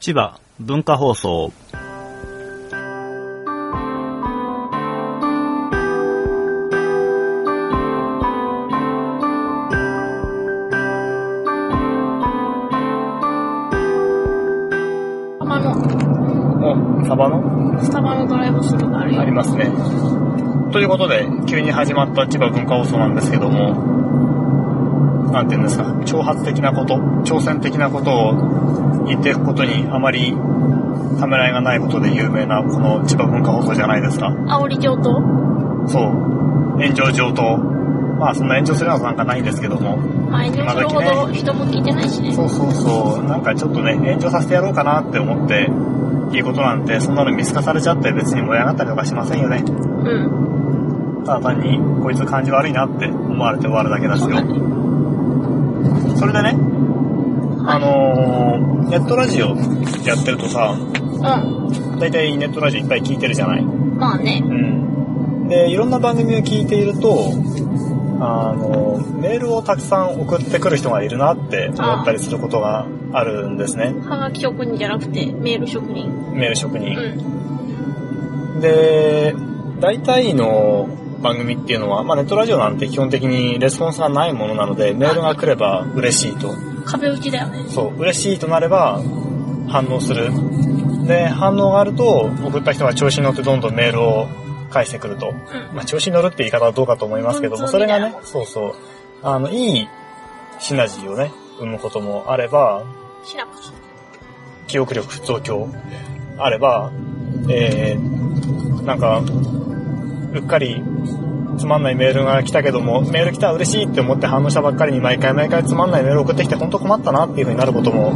千葉文化放送浜のうんサバのスタバのドライブスルーがあるよありますねということで急に始まった千葉文化放送なんですけどもなんて言うんですか挑発的なこと挑戦的なことを言っていくことにあまりためらいがないことで有名なこの千葉文化放送じゃないですかあおり上等そう炎上上等まあそんな炎上するようなことなんかないんですけどもまあ炎上するほど人も聞いてないしねそうそうそう、なんかちょっとね、炎上させてやろうかなって思って、いいことなんて、そんなの見透かされちゃって別に燃え上がったりとかしませんよね。うんただ単に、こいつ感じ悪いなって思われて終わるだけだしそうだよ。ねそれでね、あのー、ネットラジオやってるとさ、うだいたいネットラジオいっぱい聞いてるじゃない。んまあねうん。で、いろんな番組を聞いていると、あのー、メールをたくさん送ってくる人がいるなって思ったりすることがあるんですね。はがき職人じゃなくてメール職人メール職う人。んで大体の番組っていうのは、まあ、ネットラジオなんて基本的にレスポンスがないものなのでメールが来れば嬉しいと壁打ちだよねそう嬉しいとなれば反応するで反応があると送った人が調子に乗ってどんどんメールを返してくると、んまあ、調子に乗るって言い方はどうかと思いますけどもうんそれがねそそううそうあのいいシナジーをね生むこともあればシナプス記憶力増強あれば、えー、なんか、うっかりつまんないメールが来たけども、メール来た嬉しいって思って反応したばっかりに毎回毎回つまんないメール送ってきて本当困ったなっていう風になることも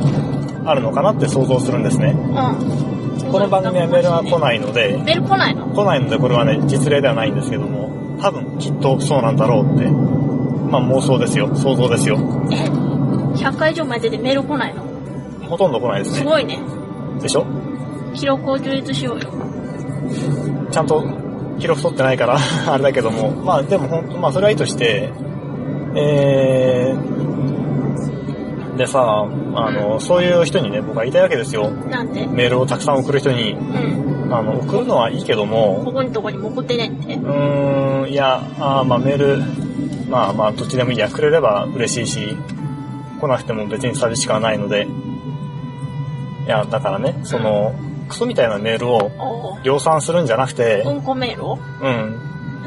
あるのかなって想像するんですね。うんこの番組はメールが来ないので、メール来ないの来ないのでこれはね、実例ではないんですけども、多分きっとそうなんだろうって、まあ妄想ですよ、想像ですよ。え100回以上前出てメール来ないのほとんど来ないですすね。ごいねでしょ記録を充実しようよちゃんと記録取ってないから あれだけども、まあでも本当、まあそれはいいとして、えー、でさ、あの、そういう人にね、僕は言いたいわけですよ。なんでメールをたくさん送る人に、うんあの、送るのはいいけども、ここにとこにも送ってねってうーん、いや、あーまあメール、まあまあどっちでもいいや、くれれば嬉しいし、来なくても別に寂しくはないので、いや、だからね、その、クソみたいなメールをおお量産するんじゃなくて、うんこメールをうん。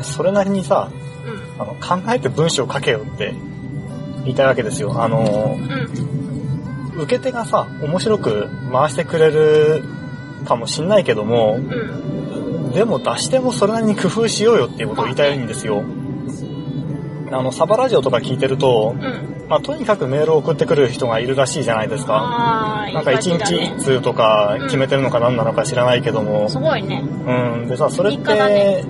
それなりにさ、うあの考えて文章を書けよって言いたいわけですよ。あの、んうん受け手がさ、面白く回してくれるかもしんないけども、うんでも出してもそれなりに工夫しようよっていうことを言いたいんですよ。あの、サバラジオとか聞いてると、うんまあ、とにかくメールを送ってくる人がいるらしいじゃないですか。あーなんかいい感1じだ日ね1通とか決めてるのか何なのか知らないけども、すごいねうん、でさ、それっ日課だね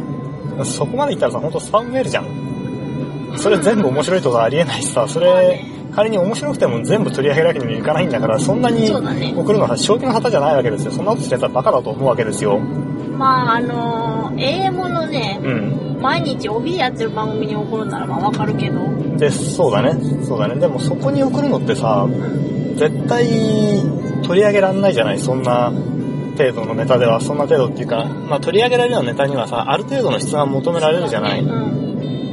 て、そこまでいったらさ、ほんとスパムメールじゃん。それ全部面白いとかありえないしさ、そまあれね、仮に面白くても全部取り上げるわけにもいかないんだから、そんなにそうだね送るのは正気の旗じゃないわけですよ。そんなことしてたらバカだと思うわけですよ。まああのー、AM のねうん。毎日 OB やってる番組に送るならまあわかるけどうんで、そうだね。そうだね。でもそこに送るのってさ、絶対取り上げらんないじゃない、そんな。程度のネタではそんな程度っていうか、まあ、取り上げられるようなネタにはさある程度の質が求められるじゃない、う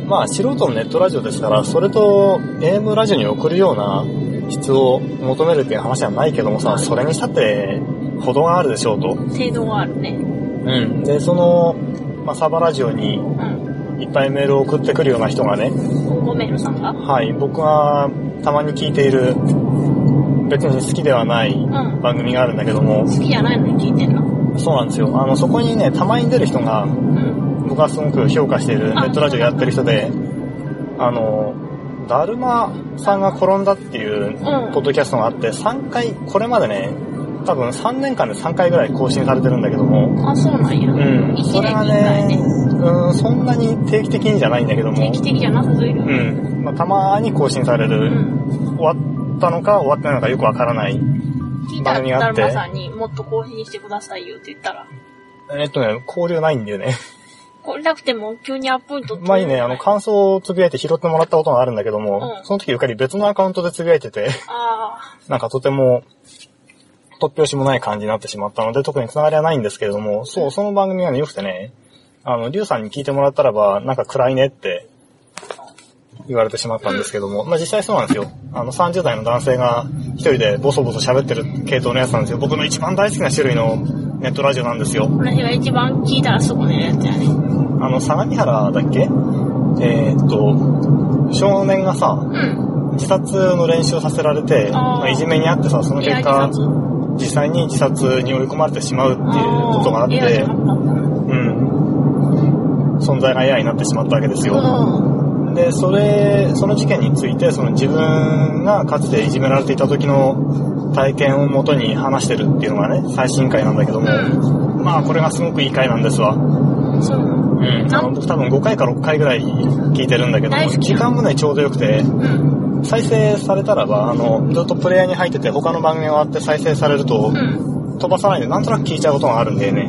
んまあ素人のネットラジオですから、それと AM ラジオに送るような質を求めるっていう話はないけどもさ、それにしたって程があるでしょうと。程度があるねうん。で、その、まあサバラジオにうんいっぱいメールを送ってくるような人がね、今後メールさんがはい、僕がたまに聞いている、別に好きではないうん番組があるんだけども、好きじゃないのに聞いてんのそうなんですよ。あの、そこにね、たまに出る人が、うん僕はすごく評価しているネットラジオやってる人で、あの、だるまさんが転んだっていううんポッドキャストがあって、3回、これまでね、多分3年間で3回ぐらい更新されてるんだけども、あそうなんや、うん、一それ年がに一回ね、ねうん、そんなに定期的にじゃないんだけども、定期的じゃなさすぎるうん、まあ、たまに更新されうる、終んわったのか終わってないのかよくわからない。聞番いたら組があだっるてまさんにもっと更新してくださいよって言ったらえっとね、交流ないんだよ ね。これなくても急にアップント前にね、あの、感想をつぶやいて拾ってもらったことがあるんだけども、うんその時うっかり別のアカウントでつぶやいてて、あなんかとても、突拍子もない感じになってしまったので、特につながりはないんですけれども、そう、その番組はね、良くてね、あの、リュウさんに聞いてもらったらば、なんか暗いねって言われてしまったんですけども、まあ実際そうなんですよ。あの、30代の男性が一人でボソボソ喋ってる系統のやつなんですよ。僕の一番大好きな種類のネットラジオなんですよ。私が一番聞いたらすぐ寝るやつやね。あの、相模原だっけえーっと、少年がさ、うん。自殺の練習させられて、あーまあいじめにあってさ、そのいや、結自果殺。、っ実際に自殺に追い込まれてしまうっていうことがあっいや、て自、殺だったなうん。存在が嫌になってしまったわけですよ。で、それ、その事件について、その自分がかつていじめられていた時の体験をもとに話してるっていうのがね、最新回なんだけども、うまあこれがすごくいい回なんですわ。ん。うん。そうなの。うん、あの僕多分5回か6回ぐらい聞いてるんだけど大好き時間もねちょうどよくてうん。再生されたらばあのずっとプレイヤーに入ってて他の番組終わって再生されるとうん。飛ばさないでなんとなく聞いちゃうことがあるんだよね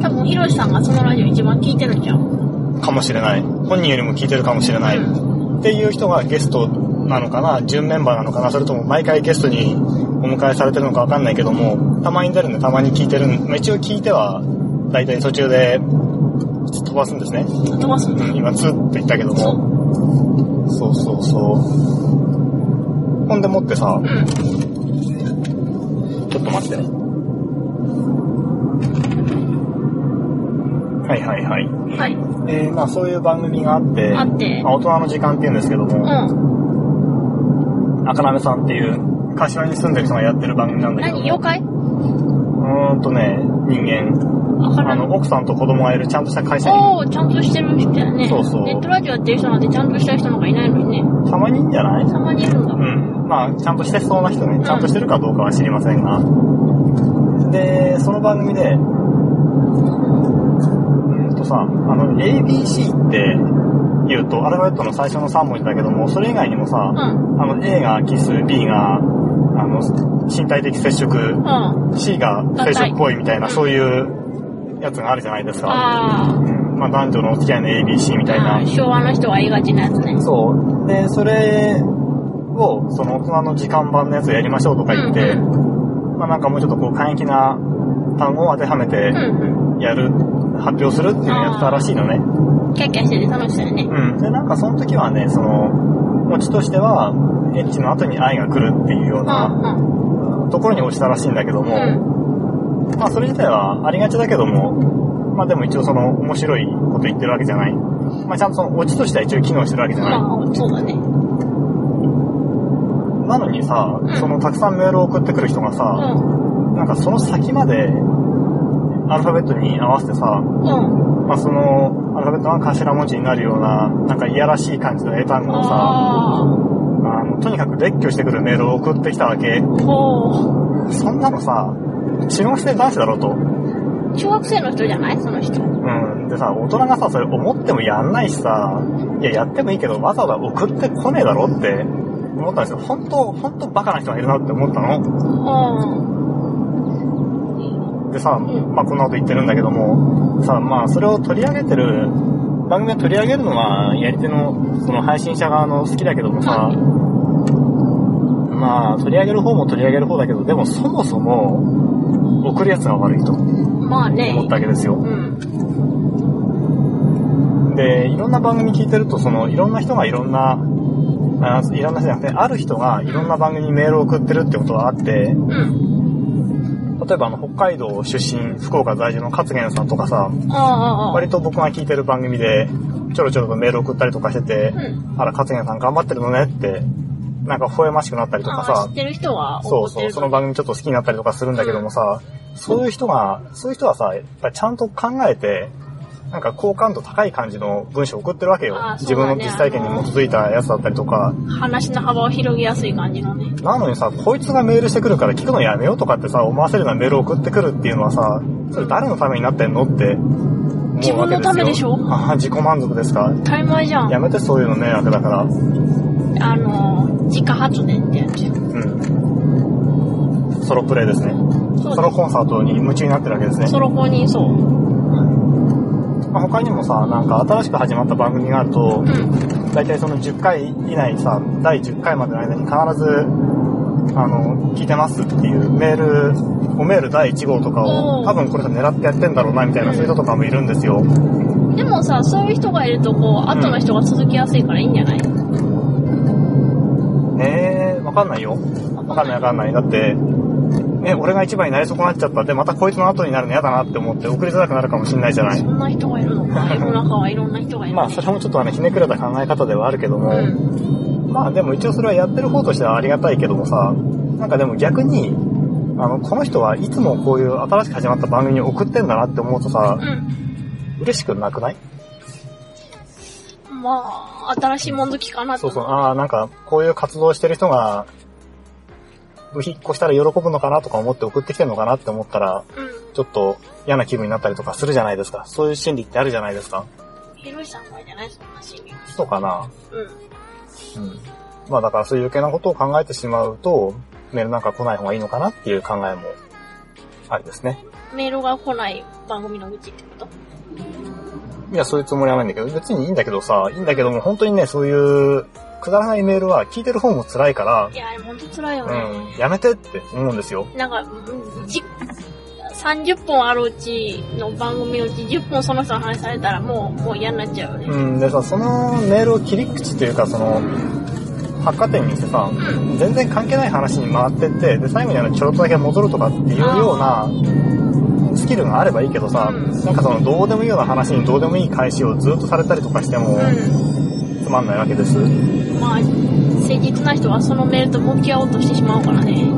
多分、ひろしさんがそのラジオ一番聞いてるんじゃん。かもしれない本人よりも聞いてるかもしれないっていう人がゲストなのかな準メンバーなのかなそれとも毎回ゲストにお迎えされてるのかわかんないけどもたまに出るんでたまに聞いてるんまあ一応聞いては大体途中で飛ばすんですね飛ばすんだ。今ツーって言ったけどもそうそうそうほんでもってさうん。ちょっと待ってねはいはいはいはい。えー、まあそういう番組があってあってま大人の時間っていうんですけども、うあかなめさんっていう柏に住んでる人がやってる番組なんん。だけど何妖怪うーんとね人間あ、はあの奥さんと子供がいるちゃんとした会社におー、ちゃんとしてる人やね。そうそうネットラジオやってる人なんてちゃんとした人なんかいないのにね。たまにいいんじゃないたまにいるんだ。うん、まあちゃんとしてそうな人ねちゃんとしてるかどうかは知りませんが、でその番組でうんとさあの ABC って言うとアルファベットの最初の3文字だけどもそれ以外にもさ、うあん。の A がキス B があの身体的接触うん。あ C が接触行為みたいなうんそういうやつがあるじゃないですか、あー。まあ、男女のお付き合いの ABC みたいな、あー昭和の人が言いがちなやつね。そう。で、それを、その大人の時間版のやつやりましょうとか言って、うまあなんかもうちょっとこう簡易な単語を当てはめうてんやる、発表するっていうのをやってたらしいのね。うん。キャッキャしてて楽しそうやね。うん。で、なんかその時はね、その、オチとしては、エッチの後に愛が来るっていうようう。なんところに落ちたらしいんだけどうん。うも、ん。まあそれ自体はありがちだけども、まあでも一応その面白いこと言ってるわけじゃない。まあちゃんとそのオチとしては一応機能してるわけじゃない。まあ、そうだね。なのにさ、うんそのたくさんメールを送ってくる人がうさ、ん。なんかその先までアルファベットに合わせてさ、うん。まあ、そのアルファベットが頭文字になるような、なんかいやらしい感じの英単語をさ、ああのとにかく列挙してくるメールを送ってきたわけ。ー。ほそんなのさ、中学生男子だろうと。う。小学生の人じゃないその人。うん。でさ、大人がさ、それ思ってもやんないしさ、いや、やってもいいけど、わざわざ送ってこねえだろって思ったんですよ。本当本当バカな人がいるなって思ったの。うん。でさ、んまあこんなこと言ってるんだけども、さ、まあそれを取り上げてる、番組を取り上げるのは、やり手の、その配信者側の好きだけどもさ、はいまあ取り上げる方も取り上げる方だけど、でもそもそも、送るやつが悪いと思まあね。ったわけですよ。うん。で、いろんな番組聞いてると、その、いろんな人がいろんな、あいろんな人じゃなくて、ある人がいろんな番組にメールを送ってるってことはあって、うん。例えばあの、北海道出身、福岡在住の勝元さんとかさ、ああ、ああ。割と僕が聞いてる番組で、ちょろちょろとメール送ったりとかしてて、うん。あら、勝元さん頑張ってるのねって、なんか微笑ましくなったりとかああ、さ知っ、てる人はそう怒ってそう、る。その番組ちょっと好きになったりとかするんだけどもさ、そういう人が、そういう人はさ、やっぱちゃんと考えて、なんか好感度高い感じの文章を送ってるわけよ。あーそ自うだ分ねの実体験に基づいたやつだったりとか。話の幅を広げやすい感じのね。なのにさ、こいつがメールしてくるから聞くのやめようとかってさ、思わせるようなメールを送ってくるっていうのはさ、それ誰のためになってんのって思うわけですよ。自分のためでしょあー自己満足ですか当たり前じゃん。やめてそういうの迷惑だから。あの、自家発電ってやつよ。うん。ソロプレイですね。そうソロコンサートに夢中になってるわけですねソ。ロ公認そう。まあ、他にもさ、なんか新しく始まった番組があるとう、ん。大体その10回以内さ、第10回までの間に必ずあの、聞いてますっていうメール、おメール第1号とかうんを、多分これ狙ってやってんだろうな、みたいな、そういう人とかもいるんですよ。でもさ、そういう人がいると、こう、後の人が続きやすいからいいんじゃないねえ、わかんないよ。わかんないわかんない。だって、ね、俺が一番になり損なっちゃった。で、またこいつの後になるの嫌だなって思って送りづらくなるかもしんないじゃないそ。んな人がいるの か。世の中はいろんな人がいる。まあ、それもちょっとあの、ひねくれた考え方ではあるけども、うん。まあでも一応それはやってる方としてはありがたいけどもさ、なんかでも逆に、あの、この人はいつもこういう新しく始まった番組に送ってんだなって思うとさ、う嬉しくなくないん。まあ、新しいもん好きかなとそうそう、ああ、なんかこういう活動してる人が、部引っ越したら喜ぶのかなとか思って送ってきてるのかなって思ったら、うん。ちょっと嫌な気分になったりとかするじゃないですか。そういう心理ってあるじゃないですか。ひろしさんがいいじゃないそんな心理。そうかな。うん。うん。まあだからそういう余計なことを考えてしまうと、メールなんか来ない方がいいのかなっていう考えも、あれですね。メールが来ない番組の愚痴ってこといや、そういうつもりはないんだけど、別にいいんだけどさ、いいんだけども、本当にね、そういう、くだらないメールは聞いてる方も辛いかいや、あれほんと辛いよら、ね。うん、やめてって思うんですよ。なんか、うんじ30本あるうちの番組のうち10本その人の話されたらもう、もう嫌になっちゃうよね。うん、でさ、そのメールを切り口というか、その、百貨店にしてさ、全然関係ない話に回ってって、で、最後にあの、ちょろっとだけ戻るとかっていうような、スキルがあればいいけどさ、うんなんかその、どうでもいいような話にどうでもいい返しをずっとされたりとかしても、つまんないわけです。うん。まあ、誠実な人はそのメールと向き合おうとしてしまうからね。うん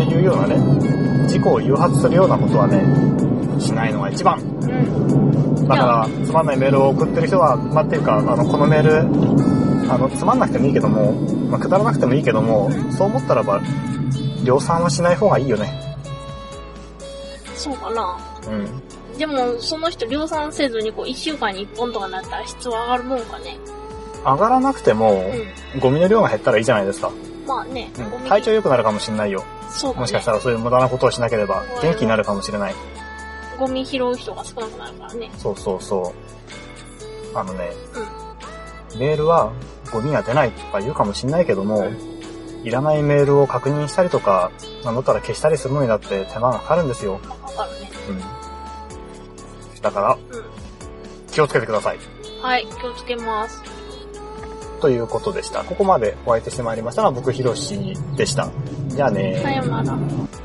っていうようなね、事故を誘発するようなことはね、しないのが一番。うん。だから、つまんないメールを送ってる人は、まあ、っていうか、あの、このメール、あの、つまんなくてもいいけども、まあ、くだらなくてもいいけども、そう思ったらば、量産はしない方がいいよね。そうかな。うん。でも、その人量産せずにこう1週間に1本とかなったら質は上がるもんかね。上がらなくても、うゴミの量が減ったらいいじゃないですか。ん。まあね、うんゴミ体調良くなるかもしれないよ。そうだねもしかしたらそういう無駄なことをしなければ、元気になるかもしれない。ゴミ拾う人が少なくなるからね。そうそうそう。あのね、うメールはゴミが出ないとか言うかもしんないけども、うんいらないメールを確認したりとか、なんだったら消したりするのにだって手間がかかるんですよ。ん。わかるね。だから、う気をつけてください。ん。はい、気をつけます。ということでした。ここまでお相手してまいりましたのは僕、ひろしでした。じゃあねー。さようなら。